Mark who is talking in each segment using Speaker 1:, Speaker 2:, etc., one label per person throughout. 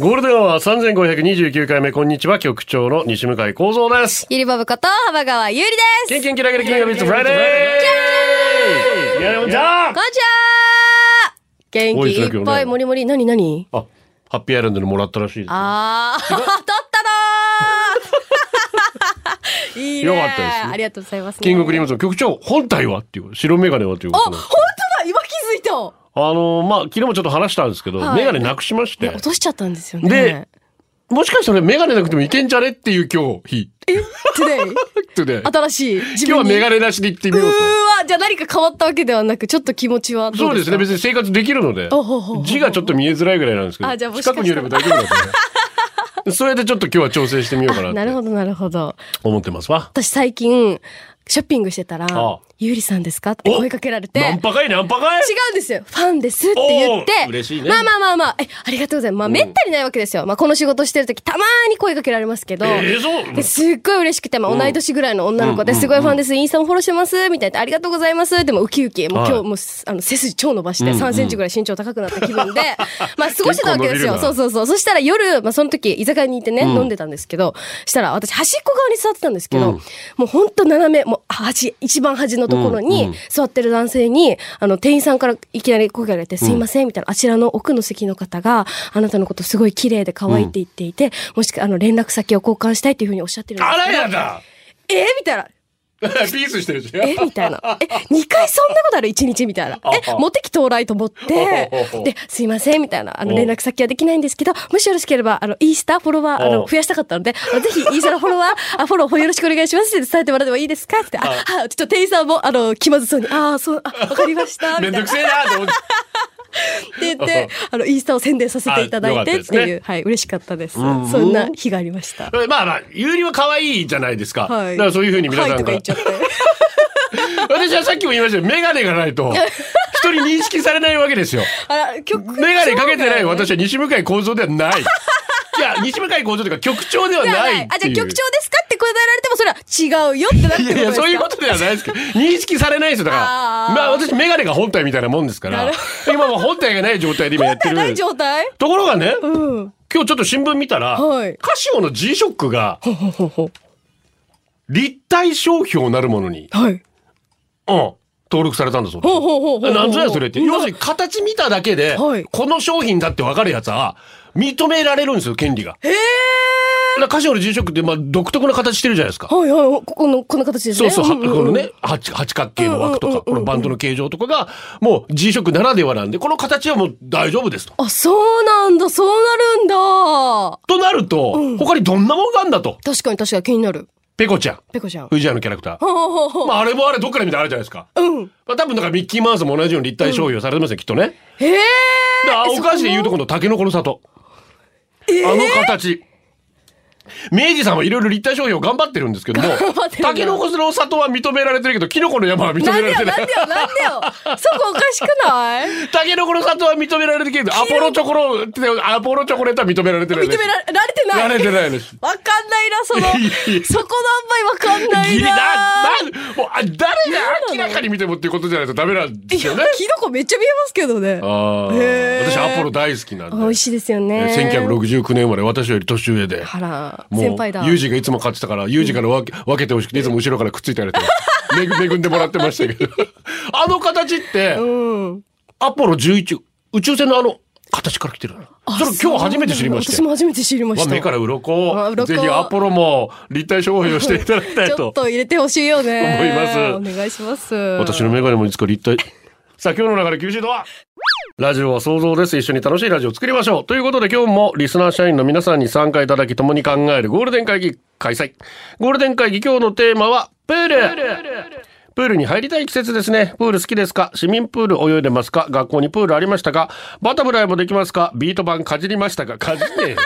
Speaker 1: ゴールデンは三千五百二十九回目こんにちは局長の西向井光三です。
Speaker 2: ゆりぼぶこと浜川ゆりです
Speaker 1: キンキンキラキラキングビッツフライデー。いやもんじゃん
Speaker 2: こん。にちは元気いっぱいもりもりなになに
Speaker 1: あ、ハッピーアイランドでもらったらしいです。
Speaker 2: あー取った なーいいね
Speaker 1: よかったですね
Speaker 2: ありがとうございます、ね、
Speaker 1: キングクリームズの局長本体はっていう白メガネはっていうこ
Speaker 2: あ
Speaker 1: とな
Speaker 2: 本当
Speaker 1: ん
Speaker 2: だ
Speaker 1: です
Speaker 2: 今気づいた
Speaker 1: あのーまあ昨日もちょっと話したんですけど、
Speaker 2: はい
Speaker 1: メガネなくしまし
Speaker 2: い
Speaker 1: て
Speaker 2: や落としちゃったんですよね
Speaker 1: でもしかしたらメガネなくてもいけんじゃねっていう今日日
Speaker 2: Today
Speaker 1: で今
Speaker 2: 新しい自
Speaker 1: 日は
Speaker 2: 分に
Speaker 1: メガネなしで行ってみ
Speaker 2: うー
Speaker 1: よう
Speaker 2: わじゃあ何か変わったわけではなくちょっと気持ちは
Speaker 1: と。
Speaker 2: ど
Speaker 1: そうう
Speaker 2: で
Speaker 1: ですす
Speaker 2: か
Speaker 1: ね別に生活できるので
Speaker 2: おほほほ
Speaker 1: 字がちょっと見えづらいぐらいなんですけ
Speaker 2: あじゃあ
Speaker 1: ど
Speaker 2: もしか
Speaker 1: 近
Speaker 2: した
Speaker 1: く
Speaker 2: ら
Speaker 1: に寄れば大丈夫だと思いますそれでちょっと今日は調整してみようか
Speaker 2: あ なる
Speaker 1: な
Speaker 2: ほ
Speaker 1: って
Speaker 2: どなるほど
Speaker 1: 思ってますわ。
Speaker 2: 私最近ショッピングしてたら
Speaker 1: ああ
Speaker 2: 「ゆりさんですか?」って声かけられて
Speaker 1: ナンパかいナンパかい
Speaker 2: 違うんですよ。ファンですって言って
Speaker 1: おー。嬉しいね
Speaker 2: まあまあまあまあ、え、ありがとうございます。まあ、めったにないわけですよ。まあ、この仕事してる時たまーに声かけられますけど。
Speaker 1: ええそう
Speaker 2: ですっごい嬉しくて、まあ、同い年ぐらいの女の子で、すごいファンです、インスタもフォローしてます、みたいな、ありがとうございます、でもウキウキ、もう
Speaker 1: はい
Speaker 2: 今日もう、あの、背筋超伸ばして、3センチぐらい身長高くなった 気分で、まあ、過ごしてたわけです
Speaker 1: 結構伸びる
Speaker 2: よ。
Speaker 1: な
Speaker 2: そうそうそう。そしたら夜、まあ、その時、居酒屋に行ってね、飲んでたんですけど、したら私、端っこ側に座ってたんですけど、もうほんと斜め、もう、端、一番端のところに座ってる男性に、あの、店員さんからいきなり声がけられて、すいません、みたいな、あちらの奥の席の方が、あなたのことすごい綺麗で可愛いって言っていて、もしくは、あの、連絡先を交換したいっていうふうにおっしゃってるんです
Speaker 1: あ
Speaker 2: けど。
Speaker 1: らやだ
Speaker 2: えーみたいな。
Speaker 1: ピースしてるじゃん。
Speaker 2: えみたいな。え、2回そんなことある ?1 日みたいな。え、モテ期到来と思って
Speaker 1: ほうほうほう、
Speaker 2: で、すいません、みたいな。あ
Speaker 1: う
Speaker 2: の、
Speaker 1: ん
Speaker 2: 連絡先はできないんですけど、もしよろしければ、あの、イースターフォロワー、あ
Speaker 1: うん
Speaker 2: の、増やしたかったので、あのぜひ、イースターのフォ ロワー、あ、フォローよろしくお願いしますって伝えてもらってもいいですかって、あ、はいちょっと店員さんも、あの、気まずそうに、あー、そう、あ、わかりました、
Speaker 1: め
Speaker 2: み
Speaker 1: ん
Speaker 2: た
Speaker 1: ど
Speaker 2: いな
Speaker 1: く。せえなと思って。
Speaker 2: って言って、あの、イースターを宣伝させていただい
Speaker 1: あよ
Speaker 2: てって
Speaker 1: かった
Speaker 2: い
Speaker 1: で
Speaker 2: う、はい、嬉しかったです。そんな日がありました。
Speaker 1: えまあまあ、有利は可愛いじゃないですか。
Speaker 2: はい。
Speaker 1: だからそういうふうに皆さ
Speaker 2: は
Speaker 1: ん
Speaker 2: いと
Speaker 1: か。
Speaker 2: から言っちゃって。
Speaker 1: 私はさっきも言いましたよ。メガネがないと、人に認識されないわけ ですよ。
Speaker 2: あら、曲
Speaker 1: メガネかけてない私は西向井構造ではない。いや、西向井構造というか局長では
Speaker 2: では
Speaker 1: な
Speaker 2: ないい。
Speaker 1: っ
Speaker 2: あ、
Speaker 1: て
Speaker 2: じ
Speaker 1: い
Speaker 2: ゃあ
Speaker 1: う。
Speaker 2: 局長ですかって答えられても、それは違うよってなって
Speaker 1: いやいや、そういうことではないですけど、認識されないですよ。だから、
Speaker 2: あー
Speaker 1: まあ私、メガネが本体みたいなもんですから
Speaker 2: なる、
Speaker 1: 今もう本体がない状態で今やってる。
Speaker 2: ない状態
Speaker 1: ところがね、
Speaker 2: うん。
Speaker 1: 今日ちょっと新聞見たら、
Speaker 2: はい
Speaker 1: カシオの G ショックが
Speaker 2: ほほほほ。
Speaker 1: 立体商標なるものに、
Speaker 2: はい。
Speaker 1: うん、登録されたんだそうで
Speaker 2: ほうほうほうほうほう
Speaker 1: す。なんぞやそれって。要するに形見ただけで、
Speaker 2: はい
Speaker 1: この商品だって分かるやつは、認められるんですよ、権利が。
Speaker 2: へ
Speaker 1: だ
Speaker 2: え。
Speaker 1: からカシオの G ショックって、まあ、独特な形してるじゃないですか。
Speaker 2: はいはい。ここの、この形です
Speaker 1: そう
Speaker 2: ね。
Speaker 1: そう、は
Speaker 2: んんん
Speaker 1: このね、八八角形の枠と
Speaker 2: うんう
Speaker 1: か、
Speaker 2: ん
Speaker 1: このバンドの形状とかが、もう G ショックならではなんで、この形はもう大丈夫ですと。
Speaker 2: あ、そうなんだ。そうなるんだ。
Speaker 1: となると、他にどんなもんがあんだと。
Speaker 2: 確かに確かに気になる。
Speaker 1: ペコちゃん、
Speaker 2: ペコちゃん。
Speaker 1: 藤谷のキャラクター。
Speaker 2: ほうほうほう。
Speaker 1: まあ、あれもあれ、どっから見たらあるじゃないですか。
Speaker 2: うん。
Speaker 1: まあ、多分だからミッキーマウスも同じように立体商標されてますよ、きっとね。
Speaker 2: へえ。
Speaker 1: だからお菓子で言うとこのタケノコの里。あの形。明治さんはいろいろ立体商標頑張ってるんですけども
Speaker 2: 頑張って、るな
Speaker 1: タケノコの里は認められてるけど、キノコの山は認め
Speaker 2: な
Speaker 1: ら
Speaker 2: んで
Speaker 1: れ
Speaker 2: よ、
Speaker 1: て
Speaker 2: なん
Speaker 1: な
Speaker 2: で
Speaker 1: い。
Speaker 2: よ、なんでよ。そこおかしく ない
Speaker 1: タケノコの里は認められてるけど、アポロチョコロ、アポロチョコレートは認められてない
Speaker 2: 認
Speaker 1: です。
Speaker 2: められ、慣れて
Speaker 1: 慣れて
Speaker 2: ない。
Speaker 1: ないです。
Speaker 2: わかんないな、その
Speaker 1: いやいや、
Speaker 2: そこのあんまりわかんないな。
Speaker 1: ギリだ、なん、もう、あ誰が明らかに見てもっていうことじゃないとダメなんですよね
Speaker 2: いや。キノコめっちゃ見えますけどね。
Speaker 1: ああ、
Speaker 2: へー
Speaker 1: 私アポロ大好きなんで。
Speaker 2: 美味しいですよね。
Speaker 1: 1969年生まれ、私より年上で。
Speaker 2: あら、
Speaker 1: もう
Speaker 2: 先輩だ。
Speaker 1: ユージがいつも勝ってたから、ユージから分け分けてほしくて、いつも後ろからくっついてあげて、めぐ恵んでもらってましたけど。 あの形って、
Speaker 2: うん。
Speaker 1: アポロ11、宇宙船のあの形から来てるの。それ今日初めて知りまし
Speaker 2: 私
Speaker 1: たよ。
Speaker 2: も初めて知りま
Speaker 1: ま
Speaker 2: し
Speaker 1: あ、
Speaker 2: た。
Speaker 1: 目から
Speaker 2: あ
Speaker 1: 鱗
Speaker 2: 鱗
Speaker 1: ぜひアポロも立体商標していただきたい
Speaker 2: ちょっ
Speaker 1: と。
Speaker 2: と入れてほしいよね。
Speaker 1: 思います
Speaker 2: お願いします。
Speaker 1: 私のメガネもいつか立体。 さあ、今日の流れ厳しいとはラジオは想像です。一緒に楽しいラジオを作りましょう。ということで今日もリスナー社員の皆さんに参加いただき共に考えるゴールデン会議開催。ゴールデン会議今日のテーマはプール。プールに入りたい季節ですね。プール好きですか市民プール泳いでますか学校にプールありましたかバタフライもできますかビート板かじりましたかかじんねえよ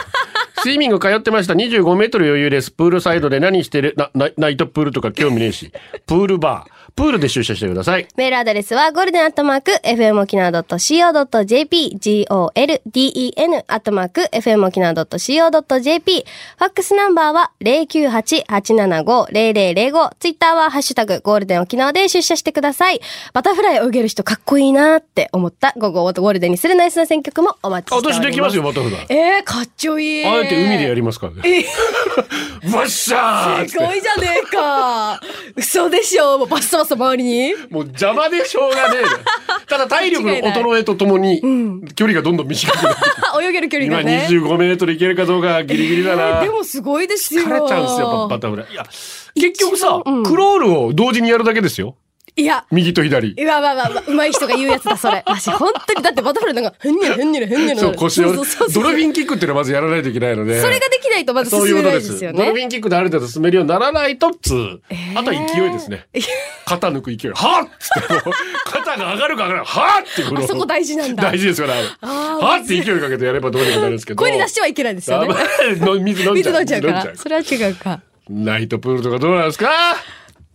Speaker 1: スイミング通ってました。25メートル余裕です。プールサイドで何してるな、なナイトプールとか興味ねえし。プールバー。プールで出社してください。
Speaker 3: メールアドレスはゴールデンアットマーク FM 沖縄 .co.jp golden アットマーク FM 沖縄 .co.jp ファックスナンバーは098-875-0005ツイッターはハッシュタグゴールデン沖縄で出社してくださいバタフライを泳げる人かっこいいなって思った午後をゴールデンにするナイスな選曲もお待ちしております
Speaker 1: 私できますよ、バタフライ。
Speaker 2: えー、かっちょいい
Speaker 1: あえて海でやりますからね。バッシャーっつ
Speaker 2: す
Speaker 1: っ
Speaker 2: ごいじゃねえか嘘でしょもうバッサバサ周りに
Speaker 1: てもう邪魔でしょうがねえなただ体力の衰えとともに、距離がどんどん短くなって
Speaker 2: あ泳げる距離
Speaker 1: 今
Speaker 2: がね
Speaker 1: 25メートルいけるかどうかギリギリだな。
Speaker 2: えーでもすごいですよ
Speaker 1: 疲れちゃうんですよ、ババタフライ。いや、結局さ、クロールを同時にやるだけですよ。
Speaker 2: いや
Speaker 1: 右と左。
Speaker 2: うわわわわうまい人が言うやつだ それ私本当にだってバタフライなんかふんにゃらふんにゃらふんにゃら
Speaker 1: そう、腰を。ドルフ
Speaker 2: ン
Speaker 1: ィンキックっていうのはまずやらないといけないので。
Speaker 2: それができないとまず
Speaker 1: そうい
Speaker 2: 進
Speaker 1: うこ
Speaker 2: めな
Speaker 1: と
Speaker 2: い
Speaker 1: で
Speaker 2: です
Speaker 1: す。
Speaker 2: よ
Speaker 1: ドル
Speaker 2: ね
Speaker 1: フィンキックである程度進めるようにならないとっつう、あとは勢いですね。肩抜く勢い。はっつってこう、肩が上がるか上がらない。はっってこの
Speaker 2: あそこ大事なんだ
Speaker 1: 大事ですよね。
Speaker 2: あー
Speaker 1: はっって勢いかけてやればどうにかなるんですけど。
Speaker 2: 声に出してはいけないですよね
Speaker 1: あまあ飲み水飲んじ
Speaker 2: 水
Speaker 1: ゃう。
Speaker 2: 飲んじゃうか
Speaker 1: 飲
Speaker 2: らそれは違うか
Speaker 1: ナイトプールとかどうなんですか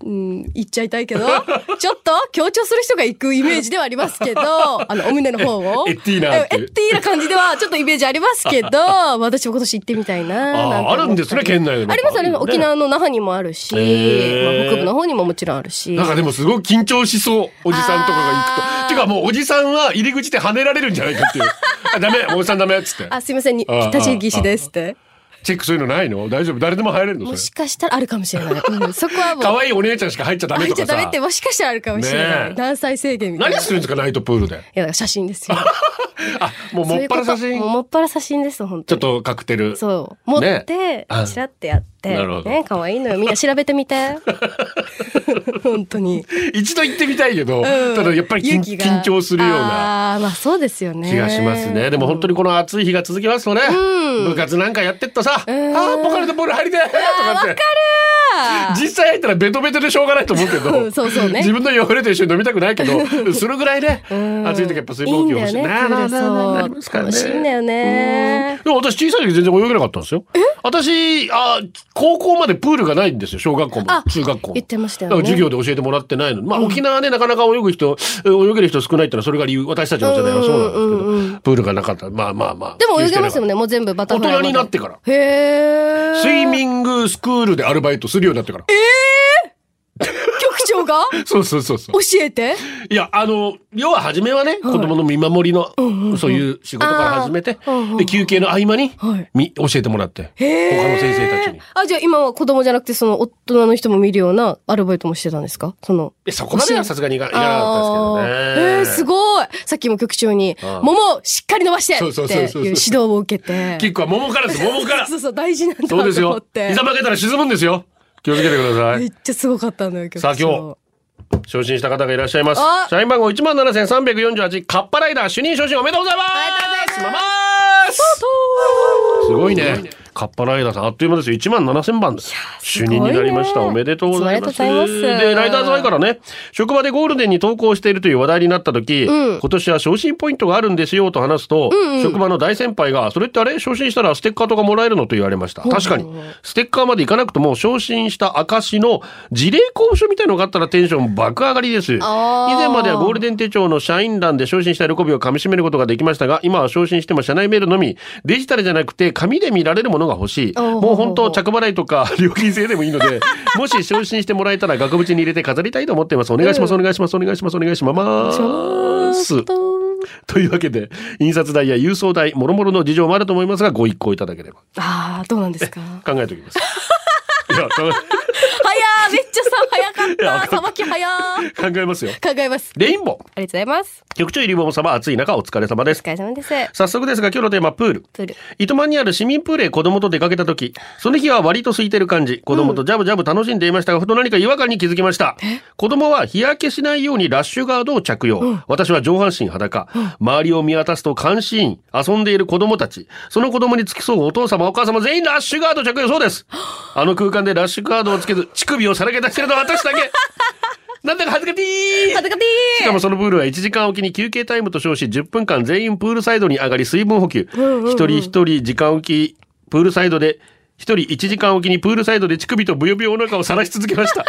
Speaker 2: うん言っちゃいたいけど ちょっと強調する人が行くイメージではあります けどあのお胸の方を
Speaker 1: えエッティーなって
Speaker 2: えエッティーな感じではちょっとイメージあります けど私も今年行ってみたい
Speaker 1: あー
Speaker 2: ななんて思ったり
Speaker 1: あるんですね県内でも
Speaker 2: ありますあります
Speaker 1: いいね
Speaker 2: 沖縄の那覇にもあるし、
Speaker 1: へー
Speaker 2: まあ、北部の方にももちろんあるし
Speaker 1: なんかでもすごい緊張しそう。おじさんとかが行く
Speaker 2: あー
Speaker 1: と。てかもうおじさんは入り口で跳ねられるんじゃないかっていう。あ、ダメ、おじさんダメっつって。
Speaker 2: あすいませんに
Speaker 1: あー
Speaker 2: 立ち入り禁止ですって
Speaker 1: チェックそういうのないの大丈夫誰でも入れるの
Speaker 2: も
Speaker 1: そ
Speaker 2: し
Speaker 1: れ。
Speaker 2: かしたらあるかもし れない、うんそこはもう
Speaker 1: 可愛いお姉ちゃんしか入っちゃダメ
Speaker 2: 入
Speaker 1: と
Speaker 2: っちゃ
Speaker 1: か
Speaker 2: ダメっ
Speaker 1: さ
Speaker 2: て。もしかしたらあるかもしれない、
Speaker 1: ねえ
Speaker 2: 断裁制限みたいな
Speaker 1: 何するんですかナイトプールで。
Speaker 2: いやだから写真ですよ
Speaker 1: あ、もうもっぱら写
Speaker 2: そうい
Speaker 1: 真
Speaker 2: うこと。もうもっぱら写真です本
Speaker 1: ち
Speaker 2: 当
Speaker 1: ょっ
Speaker 2: に
Speaker 1: とカクテル。
Speaker 2: そう持って
Speaker 1: あ
Speaker 2: ちらってやって
Speaker 1: なるほど
Speaker 2: ね可愛いのよみんな調べて みて本当に
Speaker 1: 一度行ってみたいけど、
Speaker 2: うん
Speaker 1: ただやっぱり緊
Speaker 2: 勇気が
Speaker 1: 緊張するような
Speaker 2: あーまあそうですよね
Speaker 1: 気がしますね。でも本当
Speaker 2: に
Speaker 1: にこの暑い日が続きますとね、部活なんかやってっとさ、あ
Speaker 2: ん
Speaker 1: ーポカリとボール入りでーとかって。実際入ったらベトベトでしょうがないと思うけ
Speaker 2: う
Speaker 1: ど
Speaker 2: んそうそうね
Speaker 1: 自分の汚れと一緒に飲みたくないけどするぐらいね暑い時やっぱ水分補給欲しい
Speaker 2: いいんだよね
Speaker 1: なあなあなあなあなり
Speaker 2: プール
Speaker 1: ます
Speaker 2: そう
Speaker 1: からね
Speaker 2: 楽しいんだよね
Speaker 1: でも私小さい時全然泳げなかったんですよ私あ高校までプールがないんですよ小学校も
Speaker 2: あ
Speaker 1: 中学校も
Speaker 2: 言ってました
Speaker 1: だか
Speaker 2: よね
Speaker 1: ら授業で教えてもらってないのにまあ沖縄ねなかなか泳ぐ人泳げる人少ないってのはそれが理由私たちの世代はそう
Speaker 2: うんうん
Speaker 1: なんです
Speaker 2: うん
Speaker 1: けどプールがなかったまあまあまあ
Speaker 2: でも泳げますよ
Speaker 1: ね
Speaker 2: ねもう全部バタ
Speaker 1: 大
Speaker 2: フライ
Speaker 1: 人
Speaker 2: まで
Speaker 1: になってから
Speaker 2: へえ
Speaker 1: スイミングスクールでアルバイトするようになってから
Speaker 2: 局長が
Speaker 1: そうそうそうそう
Speaker 2: 教えて
Speaker 1: いや、あの、要は初めはね、子供の見守りの、そういう仕事から始めて、
Speaker 2: うんうんうん
Speaker 1: で、休憩の合間に、
Speaker 2: はい
Speaker 1: み教えてもらって、
Speaker 2: へー
Speaker 1: 他の先生たちに。
Speaker 2: あ、じゃあ今は子供じゃなくて、その大人の人も見るようなアルバイトもしてたんですかその。
Speaker 1: でそこまではさすがにいかいかなかったですけど
Speaker 2: あー
Speaker 1: ね。
Speaker 2: えー、すごいさっきも局長に、
Speaker 1: ああ
Speaker 2: 桃をしっかり伸ばして
Speaker 1: そうそう
Speaker 2: っ
Speaker 1: そ
Speaker 2: て
Speaker 1: うそう
Speaker 2: いう指導を受けて。
Speaker 1: キックは桃からです、桃から。
Speaker 2: そうそう、大事なん だ
Speaker 1: そうです
Speaker 2: と思っ
Speaker 1: よ。
Speaker 2: て
Speaker 1: 膝。負けたら沈むんですよ。気をつけてくださ
Speaker 2: め
Speaker 1: い。
Speaker 2: っちゃすごかったのよ、局長。
Speaker 1: さあ今昇進した方がいらっしゃいます
Speaker 2: あ。
Speaker 1: 社員番号17,348、カッパライダー主任昇進おめでとうございますおめでとうございますすごいね。カッパライダーさん、あっという間ですよ。1万7000番です。主任になりました。
Speaker 2: すごいね
Speaker 1: おめでとうございます。
Speaker 2: おめでとうございます
Speaker 1: で、ライダーズワイからね、職場でゴールデンに投稿しているという話題になった時、
Speaker 2: うん
Speaker 1: 今年は昇進ポイントがあるんですよと話すと、職場の大先輩が、それってあれ昇進したらステッカーとかもらえるのと言われました。確かに。ステッカーまでいかなくとも、昇進した証の事例交渉みたいのがあったらテンション爆上がりです。以
Speaker 2: あー
Speaker 1: 前まではゴールデン手帳の社員欄で昇進した喜びをかみしめることができましたが、今は昇進しても社内メールのみ、デジタルじゃなくて紙で見られるものが欲しい。
Speaker 2: おー
Speaker 1: もう本当、着払いとか料金制でもいいの で、もし昇進してもらえたら額縁に入れて飾りたいと思っています。お願いします、お願いします、お願いします、お願いします。というわけで、印刷代や郵送代、もろもろの事情もあると思いますが、ご一行いただければ。
Speaker 2: ああ、どうなんですかは
Speaker 1: 考えておき ます。いや、考
Speaker 2: やーめっちゃさ、早かった。さばき早ー
Speaker 1: え考えますよ。
Speaker 2: 考えます。
Speaker 1: レインボー。
Speaker 2: ありがとうございます。
Speaker 1: 局長ゆりぼも様、暑い中お疲れ様です
Speaker 3: お。疲れ様です
Speaker 1: 早速ですが今日のテーマプール
Speaker 3: プール
Speaker 1: 糸満にある市民プールへ子供と出かけた時その日は割と空いてる感じ子供とジャブジャブ楽しんでいましたが、ふと何か違和感に気づきました子供は日焼けしないようにラッシュガードを着用、私は上半身裸、周りを見渡すと監視員遊んでいる子供たちその子供に付き添うお父様お母様全員ラッシュガード着用そう ですあの空間でラッシュガードをつけず乳首をさらけ出してるのは私だ けなんだか恥ずかしい
Speaker 2: カテカテ
Speaker 1: しかもそのプールは1時間おきに休憩タイムと称し10分間全員プールサイドに上がり水分補給、一人一人時間おきプールサイドで、一人一時間おきにプールサイドで乳首とブヨブヨお腹を晒し続けま した。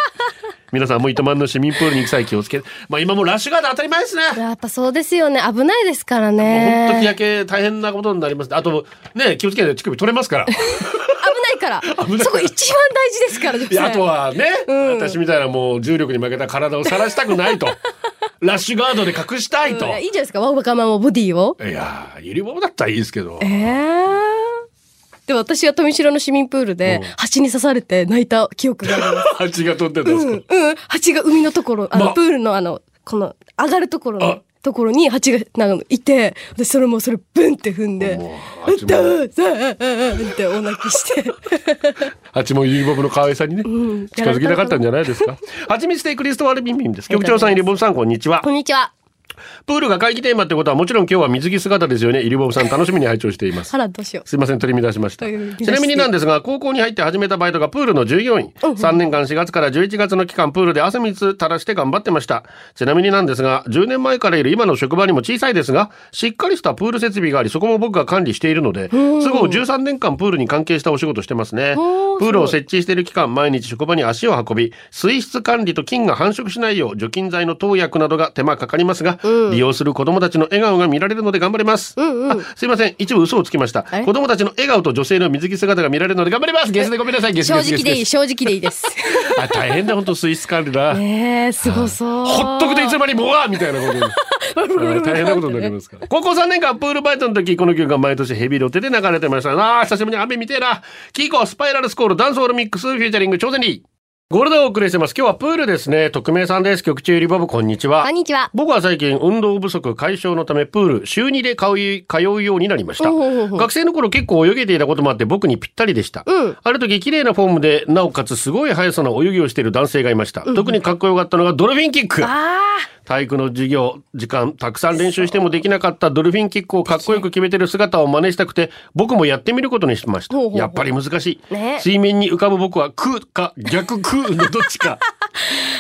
Speaker 1: 皆さんも糸満の市民プールに行く際気をつけて。まあ今もうラッシュガード当たり前ですね。
Speaker 3: やっぱそうですよね。危ないですから
Speaker 1: 本当日
Speaker 3: ね。
Speaker 1: 焼け大変なことになります。あと、ね、気をつけないと乳首取れます から。
Speaker 3: 危な いから。そこ一番大事ですからね。
Speaker 1: いやあとはね、私みたいなもう重力に負けた体を晒したく ないと。ラッシュガードで隠したいと。
Speaker 2: いやいいじゃないですか、わがままボディを。
Speaker 1: いやー、ゆりもだったらいいですけど。
Speaker 2: えーでも私は富城の市民プールで
Speaker 1: うん
Speaker 2: 蜂に刺されて泣いた記憶が あります。
Speaker 1: 蜂が飛んでたんですか、
Speaker 2: うん、蜂が海のところ、あの、
Speaker 1: ま
Speaker 2: プールのあの、この、上がるところ
Speaker 1: あ
Speaker 2: の、ところに蜂が、なんか、いて、で、それもそれ、ブンって踏んで、
Speaker 1: もう
Speaker 2: う
Speaker 1: 蜂も
Speaker 2: ったーさああああってお泣き して。
Speaker 1: 蜂もゆりぼぶの可愛さにね、
Speaker 2: ん
Speaker 1: 近づきなかったんじゃないですか。蜂蜜でクリストワルビンビンです。局長さん、ゆりぼぶさん、こんにちは
Speaker 3: こ。んにちは。
Speaker 1: プールが会議テーマってことは、もちろん今日は水着姿ですよね。ゆりぼぶさん、楽しみに拝聴しています。
Speaker 2: あら、どうしよう。
Speaker 1: すいません取り乱しました
Speaker 2: という
Speaker 1: ちなみになんですが高校に入って始めたバイトがプールの従業員3年間4月から11月の期間プールで汗水垂らして頑張ってましたちなみになんですが10年前からいる今の職場にも小さいですがしっかりしたプール設備がありそこも僕が管理しているので都合13年間プールに関係したお仕事してますねプールを設置している期間毎日職場に足を運び水質管理と菌が繁殖しないよう除菌剤の投薬などが手間かかりますが、利用する子どもたちの笑顔が見られるので頑張ります、あすいません一部嘘をつきました
Speaker 2: れ
Speaker 1: 子供たちの笑顔と女性の水着姿が見られるので頑張りますゲスでごめんなさいゲス
Speaker 2: 正直でいい、
Speaker 1: し
Speaker 2: 正直でいいです。
Speaker 1: あ大変だ本当水質管理だ、
Speaker 2: ねえ、すごそう。
Speaker 1: ほっとくといつの間にもわーみたいな ことにあ大変なことになりますから。高校3年間プールバイトの時、この曲が毎年ヘビロテで流れてました。ああ、久しぶりに雨見てえな。キーコ、スパイラルスコール、ダンスホールミックス、フューチャリング、挑戦に。ゴールドをお送りしてます。今日はプールですね。匿名さんです。局中リボブ、こんにちは。
Speaker 3: こんにちは。
Speaker 1: 僕は最近運動不足解消のためプール週2で通い通うようになりました学生の頃結構泳げていたこともあって僕にぴったりでした、ある時綺麗なフォームでなおかつすごい速さの泳ぎをしている男性がいました、特にかっこよかったのがドルフィンキック体育の授業時間たくさん練習してもできなかったドルフィンキックをかっこよく決めてる姿を真似したくて僕もやってみることにしました
Speaker 2: ほうほう
Speaker 1: やっぱり難しい、
Speaker 3: ね
Speaker 1: 水面に浮かぶ僕は空か逆空のどっち か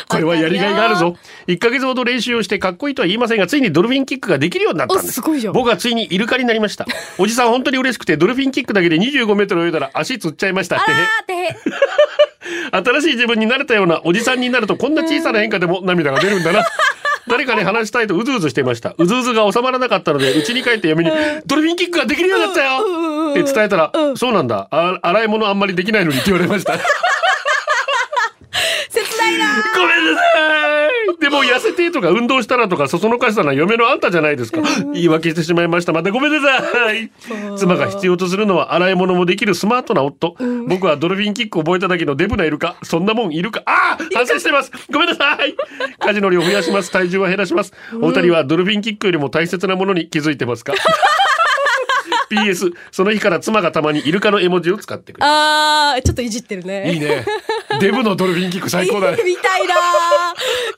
Speaker 1: これはやりがいがあるぞ1ヶ月ほど練習をしてかっこいいとは言いませんがついにドルフィンキックができるようになったんです
Speaker 2: おすごいじゃん
Speaker 1: 僕はついにイルカになりましたおじさん本当に嬉しくてドルフィンキックだけで25メートル泳いだら足つっちゃいましたって
Speaker 3: あーて
Speaker 1: 新しい自分になれたようなおじさんになるとこんな小さな変化でも涙が出るんだ な。誰かに話したいとうずうずしていました。うずうずが収まらなかったので、うちに帰って嫁に、ドルフィンキックができるようになったよって伝えたら、そうなんだ。あ洗い物あんまりできないのにって言われました。
Speaker 2: 切ないな
Speaker 1: ごめんなさいでも痩せてとか運動したらとかそそのかしたのは嫁のあんたじゃないですか。言い訳してしまいました。またごめんなさい妻が必要とするのは洗い物もできるスマートな夫。僕はドルフィンキックを覚えただけのデブなイルカ。そんなもんいるか。ああ反省してますごめんなさい家事の量を増やします。体重は減らします。お二人はドルフィンキックよりも大切なものに気づいてますか ?PS、その日から妻がたまにイルカの絵文字を使ってくれ
Speaker 2: あー、ちょっといじってる
Speaker 1: る。い
Speaker 2: ね。
Speaker 1: いね。デブのドルフィンキック最高だね。
Speaker 2: 見たいな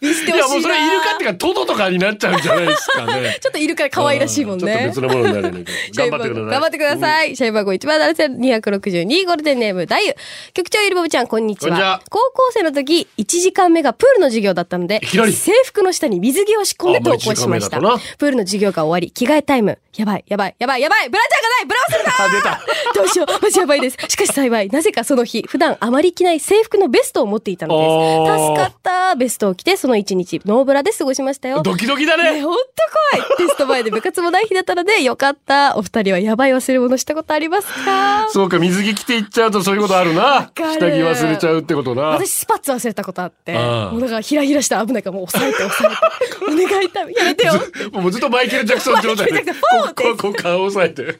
Speaker 2: 見せて
Speaker 1: いやも
Speaker 2: ほし
Speaker 1: う
Speaker 2: い
Speaker 1: そ
Speaker 2: な
Speaker 1: れイルカっていうかトドとかになっちゃうんじゃないですかね
Speaker 2: ちょっとイル カ可愛らしいもんね。
Speaker 1: ちょっと別のものになる ね頑張ってください
Speaker 2: 頑張ってください。シャイバーゴ1番男性262ゴールデンネーム、ダユ。局長ゆりぼぶちゃん、こんにち
Speaker 1: こんにち
Speaker 2: は
Speaker 1: は。
Speaker 2: 高校生の時、1時間目がプールの授業だったので、
Speaker 1: いきなり
Speaker 2: 制服の下に水着を仕込んで登校しました。
Speaker 1: あ
Speaker 2: プ
Speaker 1: まあ一時間目だと
Speaker 2: ールの授業が終わり、着替えタイム。やばい、やばい、やばい、やばいブラジャーがないブラ忘れた
Speaker 1: あ出た
Speaker 2: どうしよう、マジやばいです。しかし幸い、なぜかその日、普段あまり着ない制服のベストを持っていたの
Speaker 1: あ
Speaker 2: です。
Speaker 1: ー
Speaker 2: 助かった。ベストを着て、その一日、ノーブラで過ごしましたよ。
Speaker 1: ドキドキだ
Speaker 2: ねえ、
Speaker 1: ね
Speaker 2: ほんと怖い。テスト前で部活もない日だったので、よかった。お二人はやばい忘れ物したことありますか
Speaker 1: そうか水着着ていっちゃうとそういうことあるな
Speaker 2: かる
Speaker 1: 下着忘れちゃうってことな
Speaker 2: 私スパッツ忘れたことあって、
Speaker 1: ああ
Speaker 2: もうだからヒラヒラした危ないからもう押さえて押さえて。お願いだ、や めてよ。
Speaker 1: もうずっとマイケル・ジャクソン状態
Speaker 2: マ
Speaker 1: で
Speaker 2: イケルジャ
Speaker 1: こ
Speaker 2: クソン
Speaker 1: こここ顔押さえて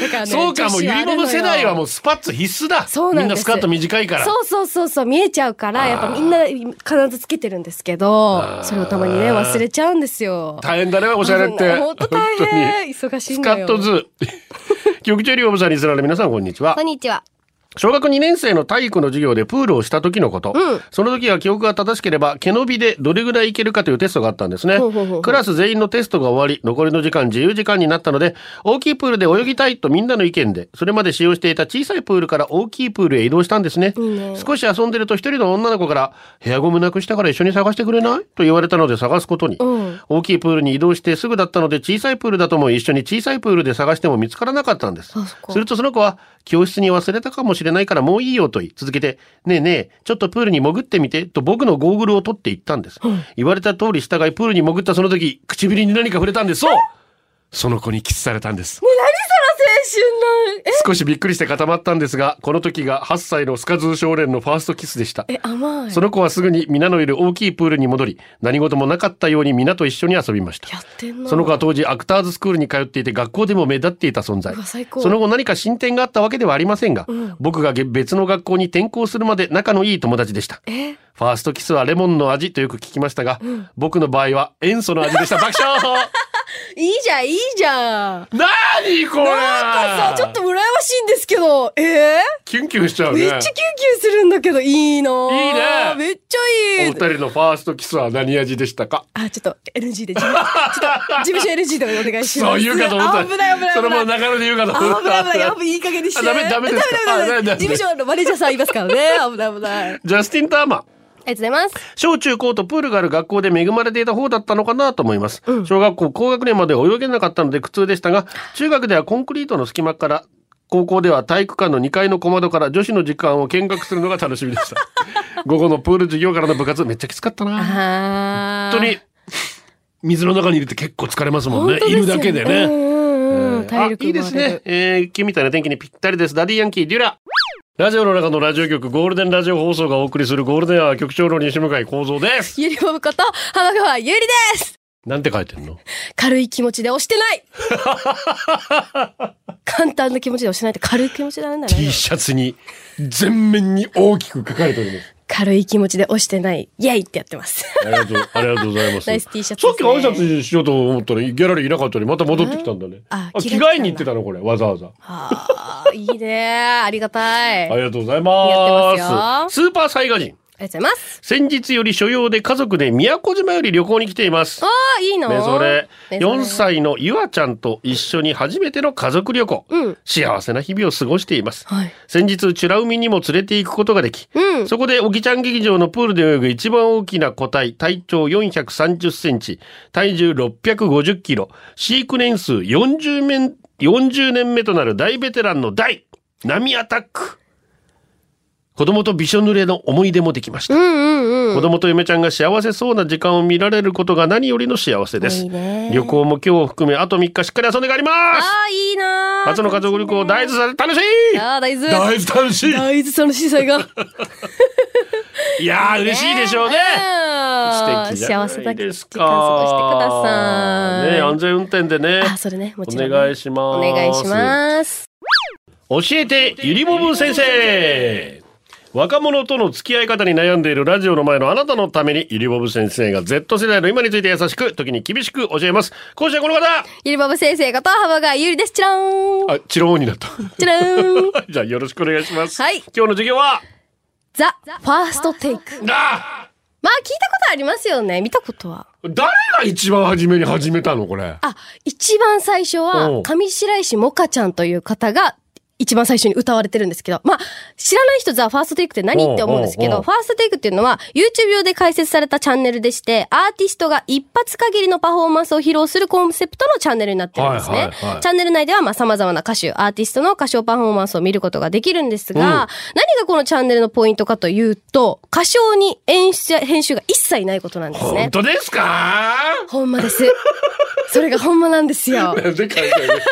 Speaker 2: だからね
Speaker 1: そうかもうゆりもも世代はも
Speaker 2: う。
Speaker 1: うスパッツ必須だ
Speaker 2: そう
Speaker 1: み
Speaker 2: なんで
Speaker 1: ん
Speaker 2: す
Speaker 1: なスカート短いから
Speaker 2: そうそうそうそう見えちゃうからやっぱみんな必ずつけてるんですけどそれをたまにね忘れちゃうんですよ。
Speaker 1: 大変だねおしゃれって
Speaker 2: 本当大変忙しい
Speaker 1: ス
Speaker 2: ん
Speaker 1: カ
Speaker 2: だ
Speaker 1: ッ
Speaker 2: よ。
Speaker 1: トズ局長リオブさんリスナーの皆さんこんにちは
Speaker 3: こんにちは。
Speaker 1: 小学2年生の体育の授業でプールをした時のこと、その時は記憶が正しければ毛伸びでどれぐらいいけるかというテストがあったんですね
Speaker 2: ほうほうほうほう
Speaker 1: クラス全員のテストが終わり残りの時間自由時間になったので大きいプールで泳ぎたいとみんなの意見でそれまで使用していた小さいプールから大きいプールへ移動したんですね少し遊んでると一人の女の子から「ヘアゴムなくしたから一緒に探してくれない?」と言われたので探すことに、
Speaker 2: うん
Speaker 1: 大きいプールに移動してすぐだったので小さいプールだとも一緒に小さいプールで探しても見つからなかったんです
Speaker 2: あそっか
Speaker 1: するとその子は教室に忘れたかもしれないからもういいよと言い続けてねえねえちょっとプールに潜ってみてと僕のゴーグルを取って行ったんです、言われた通り従いプールに潜ったその時唇に何か触れたんですそうその子にキスされたんです
Speaker 2: 春な
Speaker 1: 少しびっくりして固まったんですがこの時が8歳のスカズー少年のファーストキスでした
Speaker 2: え、え、甘い。
Speaker 1: その子はすぐに皆のいる大きいプールに戻り何事もなかったように皆と一緒に遊びました
Speaker 2: やってんな。
Speaker 1: その子は当時アクターズスクールに通っていて学校でも目立っていた存在
Speaker 2: うわ最高
Speaker 1: その後何か進展があったわけではありませんが、
Speaker 2: ん
Speaker 1: 僕が別の学校に転校するまで仲のいい友達でした
Speaker 2: え
Speaker 1: ファーストキスはレモンの味とよく聞きましたが、僕の場合は塩素の味でした爆 笑
Speaker 2: いいじゃん、いいじゃん。
Speaker 1: なにこれ
Speaker 2: なんかさ、ちょっと羨ましいんですけど、ええ
Speaker 1: キュンキュンしちゃう
Speaker 2: めっ
Speaker 1: ね
Speaker 2: ちゃキュンキュンするんだけど、いいなぁ
Speaker 1: いいね
Speaker 2: めっちゃい
Speaker 1: お二。
Speaker 2: い
Speaker 1: 人のファーストキスは何味でしたか
Speaker 2: あ、ちょっと NG で、事務ちょっと事務所 NG でお願いします。
Speaker 1: そう言うかと思った
Speaker 2: あ危ない危ない
Speaker 1: それ
Speaker 2: 危な
Speaker 1: も
Speaker 2: い。
Speaker 1: 流れで言うかと思
Speaker 2: あ
Speaker 1: っ
Speaker 2: 危ない危ない。や
Speaker 1: た
Speaker 2: っぱいい加減にして。
Speaker 1: あダメダメですか
Speaker 2: ダメダメ
Speaker 1: あダ
Speaker 2: ダ
Speaker 1: メ
Speaker 2: メ事務所のマネージャーさんいますからね。危ない危ない。
Speaker 1: ジャスティン・ターマン
Speaker 3: りがとうございます。
Speaker 1: 小中高とプールがある学校で恵まれていた方だったのかなと思います、小学校高学年まで泳げなかったので苦痛でしたが中学ではコンクリートの隙間から高校では体育館の2階の小窓から女子の時間を見学するのが楽しみで した午後のプール授業からの部活めっちゃきつかったな
Speaker 2: あ
Speaker 1: 本当に水の中にいるって結構疲れますもんね
Speaker 2: 本当です
Speaker 1: い
Speaker 2: よ
Speaker 1: るだけでね、
Speaker 2: うんうん体力
Speaker 1: あいいですね。えー、今日みたいな天気にぴったりです。ダディヤンキー、デュラ。ラジオの中のラジオ局、ゴールデンラジオ放送がお送りするゴールデンアワー局長の西向井幸三です。
Speaker 2: ゆりもぶこと、浜川ゆりです
Speaker 1: なんて書いてんの
Speaker 2: 軽い気持ちで押して ない簡単な気持ちで押してないって軽い気持ちなんだ
Speaker 1: ?T
Speaker 2: ね。
Speaker 1: シャツに、全面に大きく書かれております。
Speaker 2: 軽い気持ちで押してない。イエイってやっ てます。
Speaker 1: ありがとう、ありがとうございます。
Speaker 2: ナイス T シャツ
Speaker 1: さっ
Speaker 2: です
Speaker 1: き
Speaker 2: ね
Speaker 1: 挨拶しようと思ったら、ギャラリーいなかったのに、また戻ってきたんだね。
Speaker 2: あ
Speaker 1: 着替えに行ってたの、これ、わざわざ。
Speaker 2: ああ、いいね。ありがたい。
Speaker 1: あ
Speaker 2: あ
Speaker 1: り
Speaker 2: り
Speaker 1: がとうございます。
Speaker 2: やってます
Speaker 1: スーパーサイガ人。
Speaker 2: がとうございます。
Speaker 1: 先日より所用で家族で宮古島より旅行に来ています。
Speaker 2: ああ、いいの
Speaker 1: ねそれ
Speaker 2: メゾレ
Speaker 1: 4歳のゆあちゃんと一緒に初めての家族旅行、
Speaker 2: うん
Speaker 1: 幸せな日々を過ごしています
Speaker 2: はい。
Speaker 1: 先日美ら海にも連れて行くことができ、
Speaker 2: うん。
Speaker 1: そこでおぎちゃん劇場のプールで泳ぐ一番大きな個体体長430センチ体重650キロ飼育年数40年 ,40 年目となる大ベテランの大波アタック子供とびしょ濡れの思い出もできました、
Speaker 2: うんうんうん。
Speaker 1: 子供と嫁ちゃんが幸せそうな時間を見られることが何よりの幸せです。
Speaker 2: いいね
Speaker 1: 旅行も今日を含めあと3日しっかり遊んで帰ります
Speaker 2: ああ、いいなー
Speaker 1: 初の家族旅行大豆さん楽しい
Speaker 2: ああ、大豆。
Speaker 1: 大豆楽し
Speaker 2: 大豆さんの司祭が。
Speaker 1: いいやー 嬉しいでしょうね素
Speaker 2: 素
Speaker 1: 敵じゃない
Speaker 2: 幸せな時間
Speaker 1: ですか
Speaker 2: 過ごしてください。
Speaker 1: ね安全運転でね
Speaker 2: あ、それね、も
Speaker 1: お
Speaker 2: ちろんね、
Speaker 1: 願いします
Speaker 2: お願いします。
Speaker 1: 教えてゆりぼぶ先生若者との付き合い方に悩んでいるラジオの前のあなたのためにゆりぼぶ先生が Z 世代の今について優しく時に厳しく教えます講師はこの方
Speaker 3: ゆりばぶ先生こと、浜川ゆりです。チラーン。
Speaker 1: あ、チローンになった。
Speaker 3: チラーン。
Speaker 1: じゃあよろしくお願いします。
Speaker 3: はい
Speaker 1: 今日の授業は、
Speaker 3: ザ・ファーストテイク。
Speaker 1: な
Speaker 3: まあ、聞いたことありますよね。見たことは。
Speaker 1: 誰が一番初めに始めたのこれ。
Speaker 3: あ、一番最初
Speaker 1: おう
Speaker 3: は、上白石萌歌ちゃんという方が、一番最初に歌われてるんですけど、まあ、知らない人ザ・ファーストテイクって何って思うんですけ
Speaker 1: おうおうおう
Speaker 3: ど、ファーストテイクっていうのは、YouTube 用で開設されたチャンネルでして、アーティストが一発限りのパフォーマンスを披露するコンセプトのチャンネルになってるんですね。
Speaker 1: はいはいはい
Speaker 3: チャンネル内では、まあ、様々な歌手、アーティストの歌唱パフォーマンスを見ることができるんですが、
Speaker 1: うん
Speaker 3: 何がこのチャンネルのポイントかというと、歌唱に演出や編集が一切ないことなんです
Speaker 1: 本
Speaker 3: ね。
Speaker 1: 当ですか
Speaker 3: ほんまです。それがほんまなんですよ。
Speaker 1: なんで書いてある
Speaker 3: という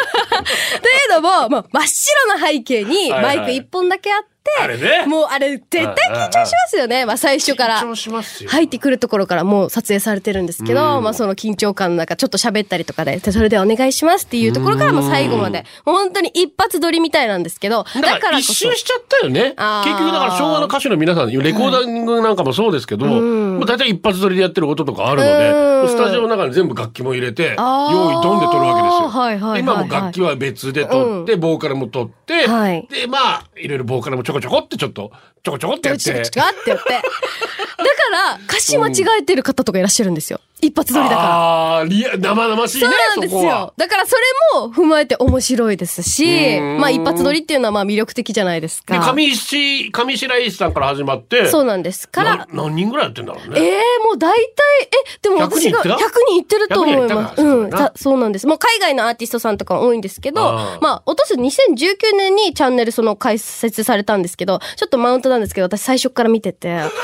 Speaker 3: のも、まあ、真っ白な背景に
Speaker 1: はいは
Speaker 3: マ
Speaker 1: い
Speaker 3: イク一本だけあって、
Speaker 1: あれね
Speaker 3: もうあれ絶対緊張しますよね。まあ最初から。
Speaker 1: 緊張しますよ
Speaker 3: 入ってくるところからもう撮影されてるんですけど、まあその緊張感の中ちょっと喋ったりとかで、でそれでお願いしますっていうところからもう最後まで、もう本当に一発撮りみたいなんですけど、
Speaker 1: だ
Speaker 3: だ
Speaker 1: か
Speaker 3: からら
Speaker 1: 一
Speaker 3: こそ
Speaker 1: 周。しちゃったよね。
Speaker 3: あー
Speaker 1: 結局だから昭和の歌手の皆さん、レコーダリングなんかもそうですけど、もう大体一発撮りでやってることとかあるの
Speaker 3: う
Speaker 1: で、
Speaker 3: ん
Speaker 1: スタジオの中に全部楽器も入れて、用
Speaker 3: あ
Speaker 1: 意
Speaker 3: ー
Speaker 1: ドンで撮るわけですよ。
Speaker 3: はいはいはいはい
Speaker 1: で今も楽器は別で撮って、ボーカルも撮って、
Speaker 3: はい
Speaker 1: で、まあ、いろいろボーカルもちょこちょこってちょっと、ちょこちょこって
Speaker 2: 違
Speaker 1: や
Speaker 2: う
Speaker 1: って。
Speaker 2: 違う違うって言って。だから、歌詞間違えてる方とかいらっしゃるんですよ。一発撮りだから。
Speaker 1: ああ、リア、生々しいね、
Speaker 2: そうなんです
Speaker 1: こは
Speaker 2: よ。。だからそれも踏まえて面白いですし、
Speaker 1: うん
Speaker 2: まあ一発撮りっていうのはまあ魅力的じゃないです
Speaker 1: で、
Speaker 2: か。
Speaker 1: 上石、上白石さんから始まって、
Speaker 2: そうなんです。から
Speaker 1: な、何人ぐらいやってんだろう
Speaker 2: え
Speaker 1: ね。
Speaker 2: えもう大体、え、でも私が
Speaker 1: 100人
Speaker 2: 100
Speaker 1: いった
Speaker 2: 人いってると思います。
Speaker 1: 100人い
Speaker 2: うん
Speaker 1: ったかそうだな
Speaker 2: た、そうなんです。もう海外のアーティストさんとか多いんですけど、
Speaker 1: あー
Speaker 2: まあ、おとす2019年にチャンネルその開設されたんですけど、ちょっとマウントなんですけど、私最初から見てて、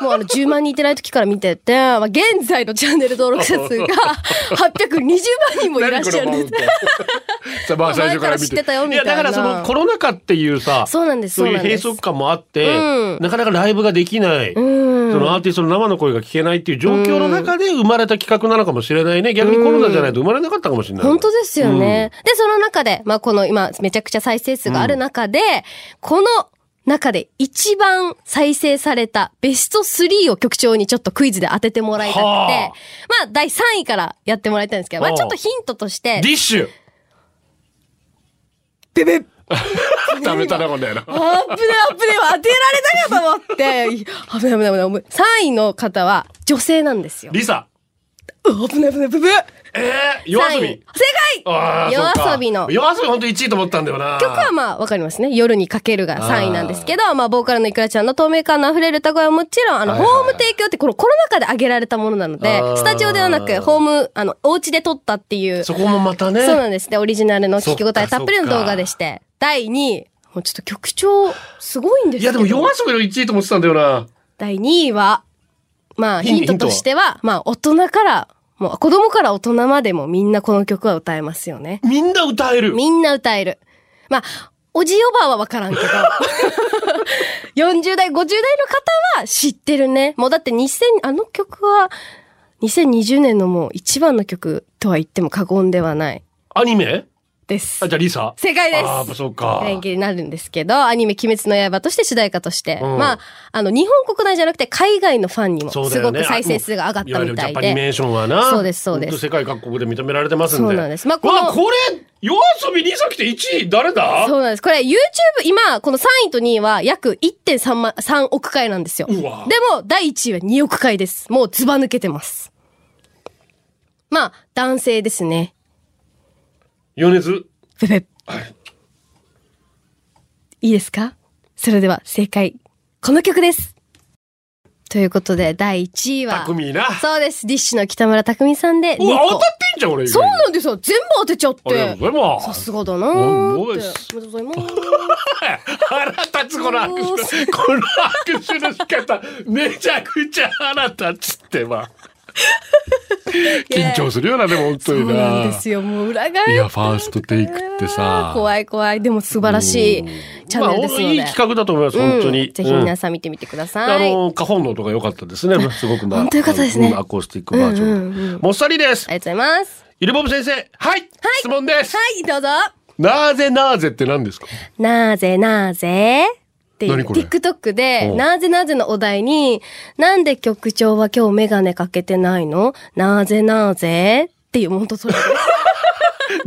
Speaker 2: もうあの10万人いってない時から見てて、まあ現在のチャンネル登録者 数が820万人 もいらっしゃるんです。
Speaker 1: さあまあ最初から見
Speaker 2: 前から知ってたよみたいな
Speaker 1: やだからそのコロナ禍っていうさ
Speaker 2: そうなんです
Speaker 1: そういう
Speaker 2: そうなんで
Speaker 1: 閉
Speaker 2: す
Speaker 1: 塞感もあって、
Speaker 2: うん
Speaker 1: なかなかライブができない、
Speaker 2: うん
Speaker 1: そのアーティストの生の声が聞けないっていう状況の中で生まれた企画なのかもしれないね逆にコロナじゃないと生まれなかったかもしれない、
Speaker 2: 本当ですよね。で、その中で、まあ、この今、めちゃくちゃ再生数がある中で、この中で一番再生されたベスト3を局長にちょっとクイズで当ててもらいたくて、
Speaker 1: はあ
Speaker 2: まあ、第3位からやってもらいたいんですけど、まあ、
Speaker 1: おう
Speaker 2: ちょっとヒントとして
Speaker 1: デ、ィッシュ
Speaker 2: ベベッ
Speaker 1: ダメだなこれな
Speaker 2: アップでアップでは当てられたかと思って、危ない危ない危ない。3位の方は女性なんですよ。
Speaker 1: リサ
Speaker 2: うわ危ない危ない、ブブ
Speaker 1: えー、夜遊
Speaker 2: 三
Speaker 1: び
Speaker 2: 位正解
Speaker 1: あーそっか
Speaker 2: 夜遊びの
Speaker 1: 夜遊び本当1位と思ったんだよな
Speaker 2: 曲はまあわかりますね。夜にかけるが3位なんですけど、まあボーカルのいくらちゃんの透明感の溢れる歌声はもちろん、あの、
Speaker 1: はい
Speaker 2: ホ
Speaker 1: はいはい
Speaker 2: ーム提供ってこのコロナ禍で上げられたものなので
Speaker 1: あー、
Speaker 2: スタジオではなく、ホーム、あの、お家で撮ったっていう、そ
Speaker 1: そこもまたね
Speaker 2: うなんですね。オリジナルの聞き応えたっぷりの動画でして、第2位、もうちょっと曲調すごいんで
Speaker 1: い
Speaker 2: すけ
Speaker 1: や
Speaker 2: ど
Speaker 1: でも夜遊びの1位と思ってたんだよな
Speaker 2: 第2位は、まあ
Speaker 1: ヒン
Speaker 2: ヒ
Speaker 1: ト
Speaker 2: ントとしては、まあ大人から、もう子供から大人までもみんなこの曲は歌えますよね。
Speaker 1: みんな歌える
Speaker 2: みんな歌える。まあ、おじおばあはわからんけど。40代、50代の方は知ってるね。もうだって2000、あの曲は、2020年のもう一番の曲とは言っても過言ではない
Speaker 1: アニメ
Speaker 2: です
Speaker 1: あ。じゃあリサ
Speaker 2: 正解です。
Speaker 1: あーそうか
Speaker 2: 演技になるんですけど、アニメ鬼滅の刃として主題歌として、
Speaker 1: うん
Speaker 2: まあ、あの、日本国内じゃなくて海外のファンにもす
Speaker 1: そうだよ
Speaker 2: ご
Speaker 1: ね
Speaker 2: く再生数が上がったみた
Speaker 1: あもうわゆるジャ
Speaker 2: い
Speaker 1: パニ
Speaker 2: で。
Speaker 1: メーションはな。
Speaker 2: そうですそうです
Speaker 1: 本当世界各国で認められてますんで。
Speaker 2: そうなんですまあ
Speaker 1: こ
Speaker 2: この
Speaker 1: これ、夜遊びにさきて1位誰だ
Speaker 2: そうなんです。これ YouTube、今、この3位と2位は約1.3万、3億回なんですよ。で
Speaker 1: う
Speaker 2: も
Speaker 1: わ、
Speaker 2: 第1位は2億回です。もうズバ抜けてます。まあ、男性ですね。
Speaker 1: 米津。
Speaker 2: ペペいいですかそれでは正解。この曲です。ということで、第1位は。
Speaker 1: 匠な。
Speaker 2: そうです。ディッシュの北村匠海さんで。
Speaker 1: うわ、
Speaker 2: 猫
Speaker 1: 当たってんじゃん、俺。
Speaker 2: そうなんですよ。全部当てちゃっ
Speaker 1: ありがと
Speaker 2: て
Speaker 1: う。ございま
Speaker 2: さ
Speaker 1: す。
Speaker 2: すがだなー
Speaker 1: うんボ
Speaker 2: っ
Speaker 1: イ
Speaker 2: て。
Speaker 1: ス
Speaker 2: おめでとうございます。
Speaker 1: 腹立つ、この握手。この握手の仕方、めちゃくちゃ腹立つって ば。緊張するよな、でも本当
Speaker 2: そう
Speaker 1: に
Speaker 2: な
Speaker 1: な。
Speaker 2: んですよ。もう裏返
Speaker 1: いや、ファーストテイクってさ。
Speaker 2: 怖い怖い。でも素晴らしいチャンネルですので。
Speaker 1: まあ、いい企画だと思います、本当
Speaker 2: う
Speaker 1: に。
Speaker 2: んぜひ皆さん見てみてくださ
Speaker 1: あ
Speaker 2: い。
Speaker 1: の、過本能とか良かったですね。すごくまあ。
Speaker 2: 本当良かったですね
Speaker 1: うんアコースティックバージョン。
Speaker 2: うんうんうん
Speaker 1: もっさりです
Speaker 2: あ。りがとうございます。
Speaker 1: ゆりぼぶ先生。はい。質問です。
Speaker 2: はい、どうぞ。
Speaker 1: なぜなぜって何 ですか
Speaker 2: なぜなぜっていう
Speaker 1: 何これ
Speaker 2: TikTok
Speaker 1: う
Speaker 2: で、
Speaker 1: ん
Speaker 2: なぜなぜのお題に、なんで局長は今日メガネかけてないのなぜなぜっていう、もう本当それです。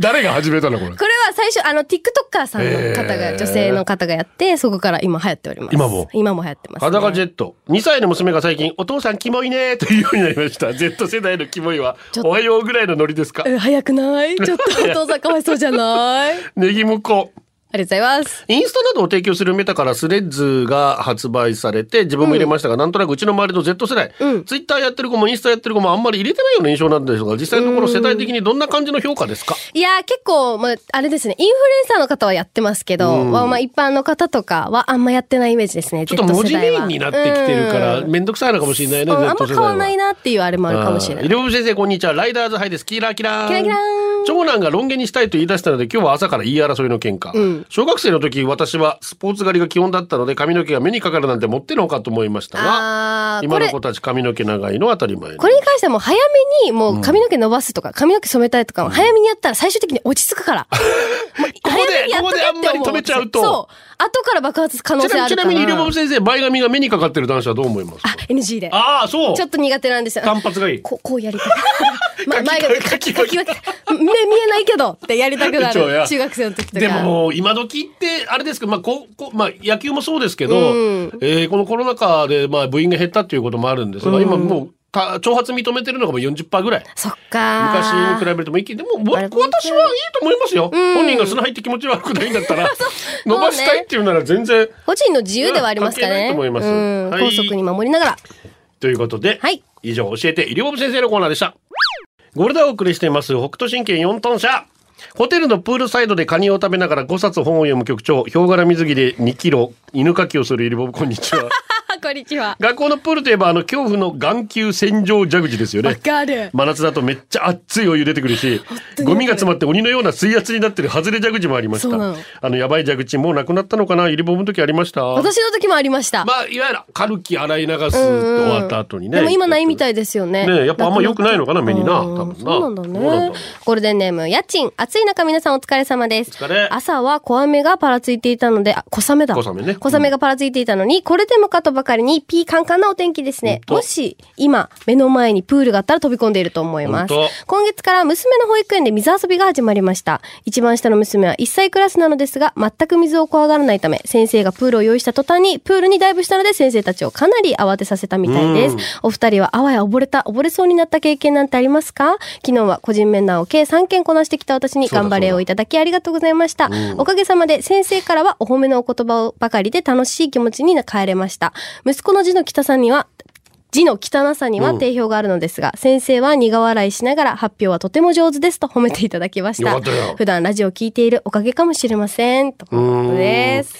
Speaker 1: 誰が始めたのこれ。
Speaker 2: これは最初、あの、TikToker さんの方が、
Speaker 1: へー
Speaker 2: 女性の方がやって、そこから今流行っております。
Speaker 1: 今も
Speaker 2: 今も流行ってます、ね。
Speaker 1: 裸ジェット。2歳の娘が最近、お父さんキモいねーというようになりました。Z 世代のキモいは
Speaker 2: ちょ、っと
Speaker 1: おはようぐらいのノリですか
Speaker 2: え早 くないちょっとお父さんかわいそうじゃないありがと
Speaker 1: ネギ向こう。
Speaker 2: うございます。
Speaker 1: インスタなどを提供するメタからスレッズが発売されて自分も入れましたが、なんとなくうちの周りの Z 世代、
Speaker 2: うん
Speaker 1: ツイッターやってる子もインスタやってる子もあんまり入れてないような印象なんですが実際のところ世代的にどんな感じの評価ですか
Speaker 2: いやー結構、まあ、あれですね、インフルエンサーの方はやってますけど、まあまあ一般の方とかはあんまやってないイメージですね、
Speaker 1: ちょっと
Speaker 2: Z
Speaker 1: 文
Speaker 2: 世
Speaker 1: 字
Speaker 2: 代
Speaker 1: メイ
Speaker 2: は
Speaker 1: ンになってきてるから
Speaker 2: うん
Speaker 1: めんどくさいのかもしれないね、
Speaker 2: うん
Speaker 1: Z 世代は
Speaker 2: あんま変わんないなっていうあれもあるかもしれない。
Speaker 1: 医療部先生こんにちはライダーズハイですキラーキラー
Speaker 2: キラキラーン
Speaker 1: 長男が論言にしたいと言い出したので今日は朝から言い争いの喧嘩、
Speaker 2: うん
Speaker 1: 小学生の時私はスポーツ狩りが基本だったので髪の毛が目にかかるなんてもってのほかと思いましたが
Speaker 2: あ
Speaker 4: あこ
Speaker 1: 今の
Speaker 4: れ
Speaker 1: 子たち髪の毛長いのは当たり前
Speaker 4: これに関してはもう早めにもう髪の毛伸ばすとか髪の毛染めたいとか早めにやったら最終的に落ち着く から。もう
Speaker 1: こ
Speaker 4: 早めに
Speaker 1: で
Speaker 4: やっ
Speaker 1: こことで
Speaker 4: け
Speaker 1: あ
Speaker 4: っ
Speaker 1: ん
Speaker 4: て
Speaker 1: まり
Speaker 4: 思う
Speaker 1: 止めちゃうと
Speaker 4: そう。後から爆発する可能性あ
Speaker 1: ち
Speaker 4: るか
Speaker 1: な
Speaker 4: ら。
Speaker 1: みに、ちなみにリボブ先生、前髪が目にかかってる男子はどう思います
Speaker 4: あ
Speaker 1: か、
Speaker 4: NG で。
Speaker 1: ああ、そう
Speaker 4: ちょっと苦手なんですよ。
Speaker 1: 単発がいい。
Speaker 4: ここうやりた い。ま、前が
Speaker 1: 書
Speaker 4: 書
Speaker 1: き
Speaker 4: き
Speaker 1: 分
Speaker 4: 分け。
Speaker 1: け
Speaker 4: ね、見えないけどってやりたくな
Speaker 1: 一応や
Speaker 4: る。中学生の時とか。
Speaker 1: でももう今時ってあれですけど、まあこうこうまあ、野球もそうですけど、
Speaker 4: うん
Speaker 1: えーこのコロナ禍でまあ部員が減ったっていうこともあるんですが、今もうた挑発認めてるのがもう40%ぐらい
Speaker 4: そっか
Speaker 1: 昔に
Speaker 4: ー。
Speaker 1: 比べるともいいけどでも僕
Speaker 4: あ
Speaker 1: 私はい
Speaker 4: れ
Speaker 1: いと思いますよ、本人が砂入って気持ち悪くないんだったら 伸ばしたいっていうなら全然
Speaker 4: 個人の自由ではありますからね。
Speaker 1: うん関係ないと思います
Speaker 4: うん
Speaker 1: はい
Speaker 4: 高速に守りながら。
Speaker 1: ということで、
Speaker 4: はい
Speaker 1: 以上教えて医療部先生のコーナーでしたゴルダをお送りしています北斗神拳4トン車ホテルのプールサイドでカニを食べながら5冊本を読む局長ヒョウ柄水着で2キロ犬かきをするイリボブこんに ちは
Speaker 4: あ、 こんにちは。
Speaker 1: 学校のプールといえばあの恐怖の眼球洗浄蛇口ですよ
Speaker 4: わ
Speaker 1: ね
Speaker 4: かる。
Speaker 1: 真夏だとめっちゃ熱いお湯出てくるし
Speaker 4: 当に
Speaker 1: ゴミが詰まって鬼のような水圧になってる外れ蛇口もありまし
Speaker 4: そうな
Speaker 1: た
Speaker 4: の
Speaker 1: あのやばい蛇口もうなくなったのかなイリボブの時ありました
Speaker 4: 私の時もありました。
Speaker 1: まあいわゆるカルキ洗い流すって
Speaker 4: うんうん
Speaker 1: 終わった後にね
Speaker 4: でも今ないみた
Speaker 1: い
Speaker 4: いですよね。
Speaker 1: ねえやっぱあんま良くないのかな
Speaker 4: く
Speaker 1: 目にな
Speaker 4: あー
Speaker 1: 多分な
Speaker 4: そうなんだ
Speaker 1: どうなんだろ
Speaker 4: ね
Speaker 1: う。
Speaker 2: ゴールデンネーム、家賃。暑い中皆さんお疲れ様です。
Speaker 1: 疲れ
Speaker 2: 朝は小雨がパラついていたので、あ、小雨だ。
Speaker 1: 小雨ね
Speaker 2: 小雨がパラついていたのに、これでもかとばかりに、ピーカンカンなお天気ですね。
Speaker 1: ほんと
Speaker 2: もし、今、目の前にプールがあったら飛び込んでいると思います
Speaker 1: ほんと。
Speaker 2: 今月から娘の保育園で水遊びが始まりました。一番下の娘は1歳クラスなのですが、全く水を怖がらないため、先生がプールを用意した途端に、プールにダイブしたので先生たちをかなり慌てさせたみたいで
Speaker 1: う
Speaker 2: す
Speaker 1: ん。
Speaker 2: お二人はあわや溺れた、溺れそうになった経験なんてありますか昨日は個人面談を計3件こなしてきた私に
Speaker 1: そうだ
Speaker 2: 頑張れをいただきありがとうございました。おかげさまで先生からはお褒めのお言葉をばかりで楽しい気持ちに帰れました。息子の字の北さんには、字の汚さには定評があるのですが、先生は苦笑いしながら発表はとても上手ですと褒めていただきまし
Speaker 1: よか
Speaker 2: た。
Speaker 1: ったよ
Speaker 2: 普段ラジオを聞いているおかげかもしれません。ということです。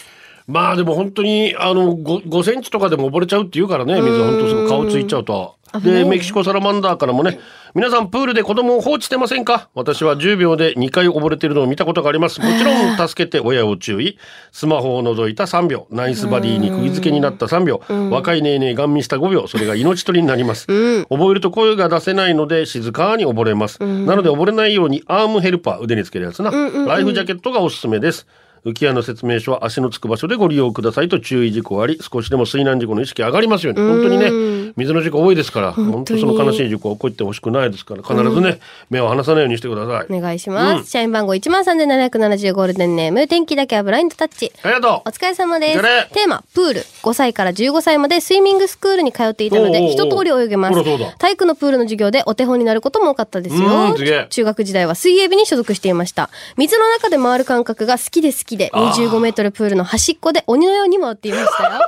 Speaker 1: まあでも本当にあの 5, 5センチとかでも溺れちゃうって言うからね水は本当すぐ顔ついちゃうとでメキシコサラマンダーからもね皆さんプールで子供を放置してませんか私は10秒で2回溺れてるのを見たことがありますもちろん助けて親を注意スマホを除いた3秒ナイスバディに釘付けになった3秒若いねえねえガン見した5秒それが命取りになります覚えると声が出せないので静かに溺れますなので溺れないようにアームヘルパー腕につけるやつなライフジャケットがおすすめです浮き輪の説明書は足のつく場所でご利用くださいと注意事項あり少しでも水難事故の意識上がりますように本当にね水の事故多いですから本当その悲しい事故は起こってほしくないですから必ずね目を離さないようにしてください、
Speaker 2: お願いします。社員番号13,770ゴールデンネーム、天気だけはブラインドタッチ。
Speaker 1: ありがと
Speaker 2: お疲れ様です
Speaker 1: お疲れ。
Speaker 2: テーマ、プール。5歳から15歳までスイミングスクールに通っていたの
Speaker 1: おうおうおう
Speaker 2: で、一通り泳げま
Speaker 1: そ
Speaker 2: す
Speaker 1: りゃそうだ。
Speaker 2: 体育のプールの授業でお手本になることも多かったです
Speaker 1: う
Speaker 2: よ
Speaker 1: んすげえ。
Speaker 2: 中学時代は水泳部に所属していました。水の中で回る感覚が好きで好きで、25メートルプールの端っこで鬼のように回っていまし たよ。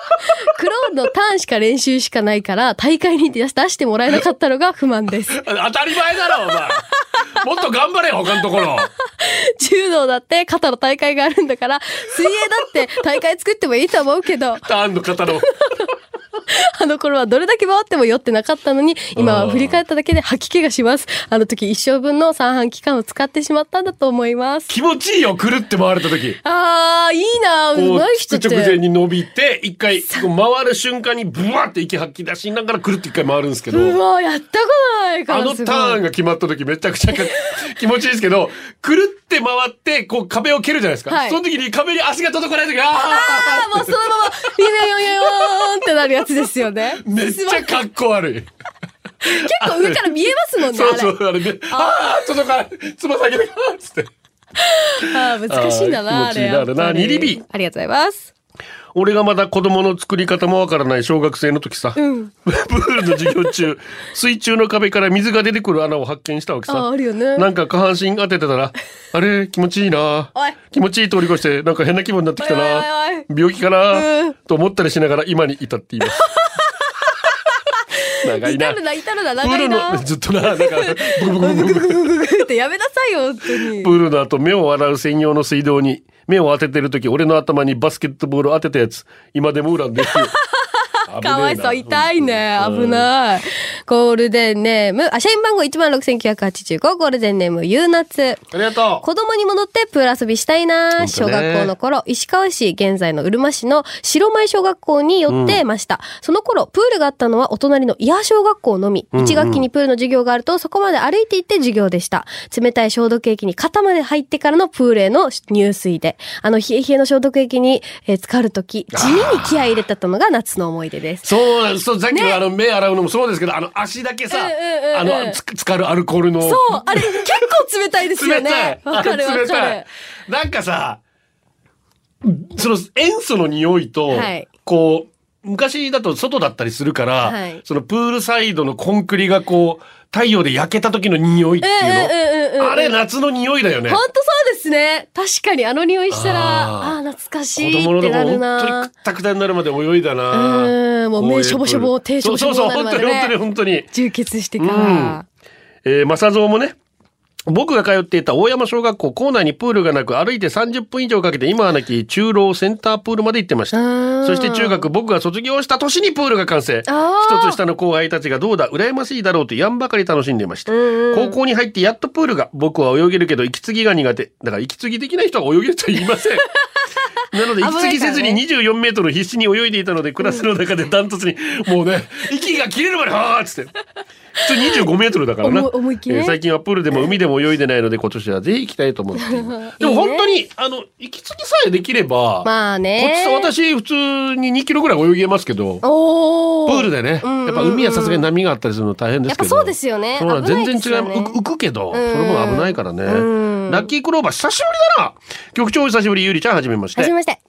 Speaker 2: クローンのターンしか練習しかないから、大会に出し出してもらえなかったのが不満です。
Speaker 1: う当たり前だ ろお前もっと頑張れよ他のところ
Speaker 2: 柔道だって肩の大会があるんだから、水泳だって大会作ってもいいと思うけど、
Speaker 1: ターンの方の
Speaker 2: あの頃はどれだけ回っても酔ってなかったのに、今
Speaker 1: うん
Speaker 2: は振り返っただけで吐き気がします。あの時一生分の三半期間を使ってしまったんだと思います。
Speaker 1: 気持ちいいよくるって回れた時
Speaker 2: あー、いいな
Speaker 1: こ
Speaker 2: ぁ。
Speaker 1: う
Speaker 2: うまい
Speaker 1: つ
Speaker 2: 人っ
Speaker 1: く直前
Speaker 2: て。
Speaker 1: に伸びて一回こう回る瞬間にブワーって息吐き出しながらくるって一回回るんですけど
Speaker 2: うわやったことないか
Speaker 1: あ
Speaker 2: ら
Speaker 1: の
Speaker 2: す
Speaker 1: タ
Speaker 2: ごい
Speaker 1: ーンが決まった時めちゃく ちゃか気持ちいいですけど、くるって回って、こう壁を蹴るじゃないですか。
Speaker 2: はい
Speaker 1: その時に壁に足が届かない時、あ
Speaker 2: あーもうそのまま、ビヨヨヨヨーンってなるやつですよね。
Speaker 1: ーめっちゃかっこ悪い。
Speaker 2: 結構上から見えます もん ね、
Speaker 1: そう
Speaker 2: あ
Speaker 1: そ
Speaker 2: れ。
Speaker 1: う、あれね。あー届かない。つま先で、あーつって。
Speaker 2: あー難しいんだな、
Speaker 1: あー
Speaker 2: あ
Speaker 1: 気持ちいい
Speaker 2: れ。
Speaker 1: なあれな
Speaker 2: やっぱり
Speaker 1: ニリビ
Speaker 2: ありがとうございます。
Speaker 1: 俺がまだ子供の作り方もわからない小学生の時さ、プールの授業 中、水中の壁から水が出てくる穴を発見したわけ
Speaker 2: あ
Speaker 1: さ
Speaker 2: ー、あ。るよね。
Speaker 1: なんか下半身当ててたら、あれ、気持ちいいな
Speaker 2: おい
Speaker 1: 気持ちいい通り越して、なんか変な気分になってきたな
Speaker 2: おいおいおい
Speaker 1: 病気かなと思ったりしながら今に至ってい ます。長い
Speaker 2: 至
Speaker 1: な。
Speaker 2: るな、至るな、
Speaker 1: プ
Speaker 2: 長
Speaker 1: ール
Speaker 2: いな
Speaker 1: の、。ずっとな、なんか、ブクブクブクブク
Speaker 2: ってやめなさいよ、本当に
Speaker 1: プ。ールの後、目を洗う専用の水道に、 目を当ててる時、俺の頭にバスケットボール当てたやつ、今でも恨んでる。
Speaker 2: かわいそう。痛いね。危
Speaker 1: い。
Speaker 2: ない。
Speaker 3: ゴールデンネーム、あ、社員番号16,985、ゴールデンネーム、ゆうなつ。
Speaker 1: ありがとう。
Speaker 3: 子供に戻ってプール遊びしたいな、
Speaker 1: 本当
Speaker 3: 小
Speaker 1: ね
Speaker 3: 学校の頃、石川市、現在のうるま市の白前小学校に寄ってました。その頃、プールがあったのはお隣の伊波小学校のみ。
Speaker 1: んうん
Speaker 3: 1学期にプールの授業があると、そこまで歩いて行って授業でした。冷たい消毒液に肩まで入ってからのプールへの入水で、あの冷え冷えの消毒液に、えー浸かるとき、地味に気合い入れてたのが夏の思い出です。
Speaker 1: そうなんですそう、さっきのあの、目洗うのもそうですけど、あの、足だけさ、あ
Speaker 2: うんうんうん
Speaker 1: の、つ、浸かるアルコールの。
Speaker 2: そう、あれ結構冷たいですよ
Speaker 1: 冷たい
Speaker 2: ね。。わか
Speaker 1: あれ
Speaker 2: るわ
Speaker 1: 冷
Speaker 2: か
Speaker 1: たい
Speaker 2: る。。
Speaker 1: なんかさ、その塩素の匂いと、
Speaker 2: はい
Speaker 1: こう、昔だと外だったりするから、
Speaker 2: はい
Speaker 1: そのプールサイドのコンクリがこう、太陽で焼けた時の匂いっていう
Speaker 2: うんうんうんうんう
Speaker 1: の。
Speaker 2: ん
Speaker 1: あれ夏の匂いだよね。
Speaker 2: ほんとそうですね。確かにあの匂いしたら、
Speaker 1: あー
Speaker 2: ああー、懐かし
Speaker 1: 子
Speaker 2: い
Speaker 1: 供の
Speaker 2: って
Speaker 1: 頃
Speaker 2: なる
Speaker 1: 本当に
Speaker 2: な
Speaker 1: くっ。たくたになるまで泳いだ
Speaker 2: う
Speaker 1: な。
Speaker 2: んもう目しょぼしょぼ
Speaker 1: こういうプール
Speaker 2: 手しょぼしょぼ
Speaker 1: そうそうそう、
Speaker 2: にな
Speaker 1: 本
Speaker 2: る
Speaker 1: 当
Speaker 2: まで
Speaker 1: に本
Speaker 2: ね
Speaker 1: 当に本当に。
Speaker 2: 充血してか
Speaker 1: うん
Speaker 2: ら。
Speaker 1: えー、正蔵もね、僕が通っていた大山小学校、校内にプールがなく、歩いて30分以上かけて、今はなき中老センタープールまで行ってました。そして中学、僕が卒業した年にプールが完成。
Speaker 2: あー
Speaker 1: 一つ下の後輩たちがどうだ、羨ましいだろうと言わんばかり楽しんでいました。高校に入ってやっとプールが、僕は泳げるけど、息継ぎが苦手。だから息継ぎできない人は泳げるとは言いま せん。なので、息継ぎせずに24メートル必死に泳いでいたので、クラスの中でダントツに、もうね、 息が切れるまで、はーっつって。普通25メートルだからな。
Speaker 2: 思い思いっきりね
Speaker 1: えー最近はプールでも海でも泳いでないので、今年はぜひ行きたいと思 っています。でも本当に、あの、息継ぎさえできれば、
Speaker 3: まあ
Speaker 1: こっちさ
Speaker 3: ね。
Speaker 1: 私、普通に2キロぐらい泳げますけど、
Speaker 2: お
Speaker 1: プール
Speaker 2: で。
Speaker 1: でね、やっぱ海はさすがに波があったりするの大変で
Speaker 3: やっ
Speaker 1: すけ
Speaker 3: ぱ
Speaker 1: ど。
Speaker 3: そうですよね。
Speaker 1: そうなん
Speaker 3: 危ない
Speaker 1: 全
Speaker 3: です
Speaker 1: 然違
Speaker 3: よ
Speaker 1: い
Speaker 3: ね
Speaker 1: ます浮くけど、その分危ないからね。ラッキークローバー久しぶりだな局長お久しぶり、ゆりちゃんはじめまし
Speaker 3: はじめ
Speaker 1: て。
Speaker 3: まして。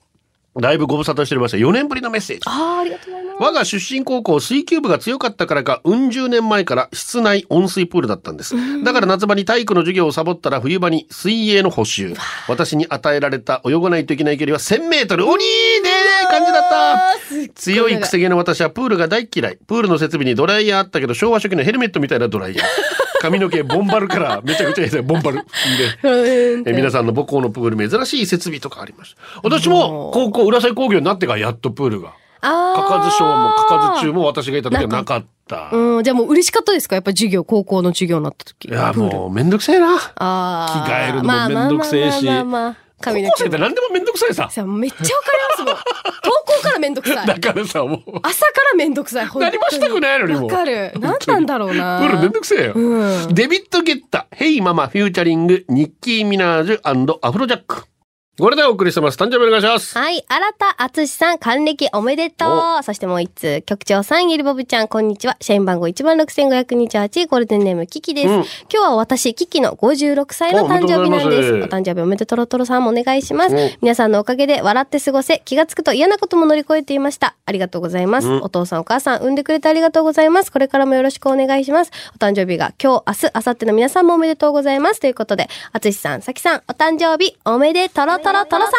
Speaker 1: だいぶご無沙汰しておりました。4年ぶりのメッセージ。
Speaker 3: ああ、ありがとうございます。
Speaker 1: 我が出身高校水球部が強かったからか、うん十年前から室内温水プールだったんです。だから夏場に体育の授業をサボったら冬場に水泳の補習。私に与えられた泳がないといけない距離は1000メートル。鬼ーねえ感じだった。強いくせ毛の私はプールが大嫌い。プールの設備にドライヤーあったけど、昭和初期のヘルメットみたいなドラ イヤー。髪の毛ボンバルからめちゃくちゃ嫌いボンバル。でえ皆さんの母校のプール珍しい設備とかありました。私も高校浦添工業になってからやっとプールが。
Speaker 3: ああ。
Speaker 1: かかず賞もかかず中も私がいた時はなかった。
Speaker 2: うん、じゃあもう嬉しかったですかやっぱ授業、高校の授業になった時。
Speaker 1: いや、もうめんどくせえな。
Speaker 2: ああ。
Speaker 1: 着替えるのもめんどくせえし
Speaker 2: まあまあまあまあまあ
Speaker 1: 高
Speaker 2: 髪の
Speaker 1: 校
Speaker 2: 毛
Speaker 1: 生って何でもめんどくさいさ。
Speaker 2: さめっちゃわか りますもん。投稿からめんどくさい。
Speaker 1: だからさ、もう。
Speaker 2: 朝からめんどくさい。本当に
Speaker 1: 何もしたくないのにもう
Speaker 2: わかる。何なんだろうな。
Speaker 1: プールめんどくせえよ。
Speaker 2: う
Speaker 1: デビッド・ゲッタ、ヘイママ、フューチャリング、ニッキー・ミナージュアフロジャック。これでお送りしてます。誕生日お願いします。
Speaker 3: はい。新田敦さん、還暦おめでとう。そしてもう一通、局長さん、ゆりぼぶちゃん、こんにちは。社員番号16,528、ゴールデンネーム、キキです。
Speaker 1: うん
Speaker 3: 今日は私、キキの56歳の誕生日なんです。お
Speaker 1: おおめでとうございます
Speaker 3: 誕生日おめでとろとろさんもお願いします
Speaker 1: うん。
Speaker 3: 皆さんのおかげで笑って過ごせ、気がつくと嫌なことも乗り越えていました。ありがとうございます。
Speaker 1: うん
Speaker 3: お父さん、お母さん、産んでくれてありがとうございます。これからもよろしくお願いします。お誕生日が今日、明日、明後日の皆さんもおめでとうございます。ということで、淳さん、さきさん、お誕生日、おめでとろとろとろさ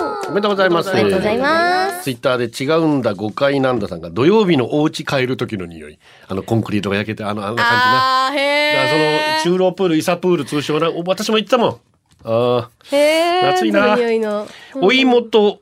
Speaker 3: んも
Speaker 1: おめでとうございます。
Speaker 3: ありがとうございます。
Speaker 1: ツイッターで違うんだ誤解なんださんが土曜日のお家帰る時の匂いあのコンクリートが焼けてあのあんな感じな
Speaker 2: あーへ
Speaker 1: だから
Speaker 2: え。
Speaker 1: その中老プールイサプール通称なお私も行ったもんあ
Speaker 3: へー
Speaker 1: 暑いな
Speaker 3: その匂いの
Speaker 1: ーお芋と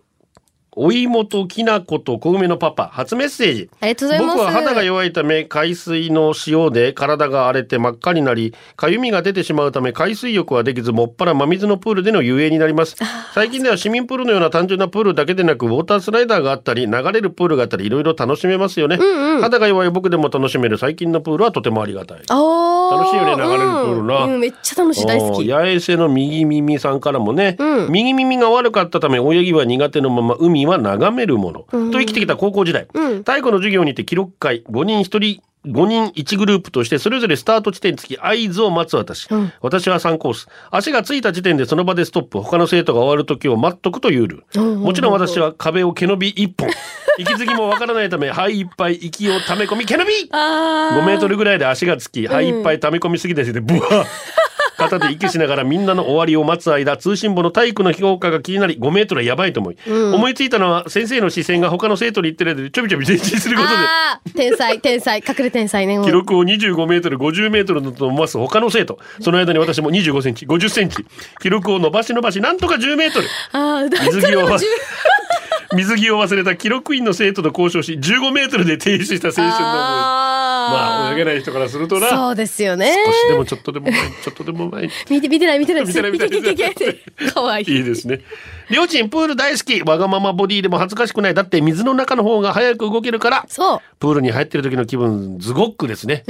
Speaker 1: お芋ときな粉と小梅のパパ初メッセージ
Speaker 3: ありがとうございます。
Speaker 1: 僕は肌が弱いため海水の塩で体が荒れて真っ赤になりかゆみが出てしまうため海水浴はできずもっぱら真水のプールでの遊泳になります最近では市民プールのような単純なプールだけでなくウォータースライダーがあったり流れるプールがあったりいろいろ楽しめますよね、肌が弱い僕でも楽しめる最近のプールはとてもありがたい
Speaker 2: あー
Speaker 1: 楽しいよね流れるプールな
Speaker 2: うんうんめっちゃ楽しい大好
Speaker 1: おー
Speaker 2: き。
Speaker 1: 八重瀬の右耳さんからもね、右耳が悪かったため泳ぎは苦手のまま海は眺めるもの、と生きてきた高校時代、体育の授業にて記録会5人1人5人1グループとしてそれぞれスタート地点につき合図を待つ私、私は3コース足がついた時点でその場でストップ他の生徒が終わる時を待っとくというルール、もちろん私は壁を毛伸び1本 息継ぎもわからないため肺いっぱい息を溜め込み毛伸び5メートルぐらいで足がつき、肺いっぱい溜め込みすぎですね。ブワー肩で息しながらみんなの終わりを待つ間、通信簿の体育の評価が気になり、5メートルはやばいと思い、思いついたのは先生の視線が他の生徒に言ってる間でちょびちょび前進することで、
Speaker 2: あー天才、天才、隠れ天才ね。もう
Speaker 1: 記録を25メートル、50メートルだと思わす他の生徒。その間に私も25センチ、50センチ。記録を伸ばし伸ばし、なんとか10メートル。
Speaker 2: ああ、だ
Speaker 1: 水着を
Speaker 2: 誰も自
Speaker 1: 水着を忘れた記録員の生徒と交渉し15メートルで停止 した青春の思いまあ泳げない人からするとな少
Speaker 2: そうですよね。
Speaker 1: しでもちょっとでも前にちょっとでも前に
Speaker 2: 見て、見てない、見てない。
Speaker 1: 見てない見
Speaker 2: 見
Speaker 1: て
Speaker 2: て
Speaker 1: ない
Speaker 2: 見て 見て。かわいい。
Speaker 1: いいですね。両親プール大好き。わがままボディでも恥ずかしくない。だって水の中の方が早く動けるから。
Speaker 2: そう。
Speaker 1: プールに入ってる時の気分、ズゴックですね。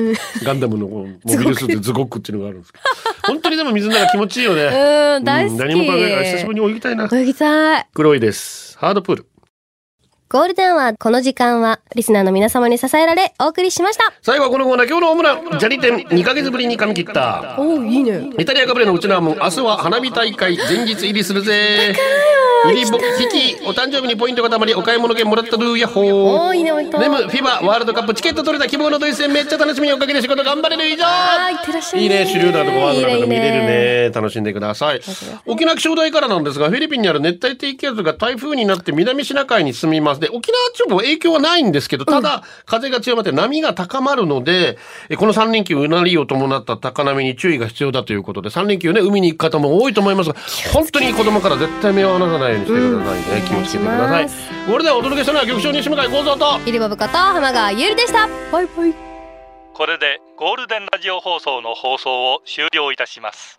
Speaker 1: ガンダムのモビルスーツズゴックっていうのがあるんですけ ど。本当にでも水の中気持ちいいよね。
Speaker 2: うん、大好き。
Speaker 1: うん何も考えない。久しぶりに泳ぎたいな。
Speaker 3: 泳ぎたい。
Speaker 1: 黒いです。ハードプール。
Speaker 3: ゴールデンはこの時間はリスナーの皆様に支えられお送りしました。
Speaker 1: 最後はこのコーナー、今日のホームラン。ジャニテン、2ヶ月ぶりに髪切った。
Speaker 2: おーいいね。
Speaker 1: イタリアカブレのうちなーもん明日は花火大会前日入りするぜ。入りぼ引き、お誕生日にポイントがたまり、お買い物券もらったルーヤッホー。
Speaker 2: おーいいね、本当。
Speaker 1: ネム、フィバ、ワールドカップ、チケット取れた希望のドイツ戦、めっちゃ楽しみにおかげで仕事頑張れる以上
Speaker 2: あー、いってらっしゃい。
Speaker 1: いいね、手榴弾とかワールドカップ見れる
Speaker 2: いいいい
Speaker 1: ね。楽しんでください。沖縄気象台からなんですが、フィリピンにある熱帯低気圧が台風になって南シナ海に進みます。で、沖縄地方は影響はないんですけど、ただ、風が強まって波が高まるので、えこの3連休、うなりを伴った高波に注意が必要だということで、3連休ね、海に行く方も多いと思いますが、本当に子供から絶対目を離さないようにしてくださいね。気をつけてください。これではお届けしたのは、局長西向井幸三と、
Speaker 3: イリボブこと浜川ゆうりでした。
Speaker 2: バイバイ。
Speaker 5: これでゴールデンラジオ放送の放送を終了いたします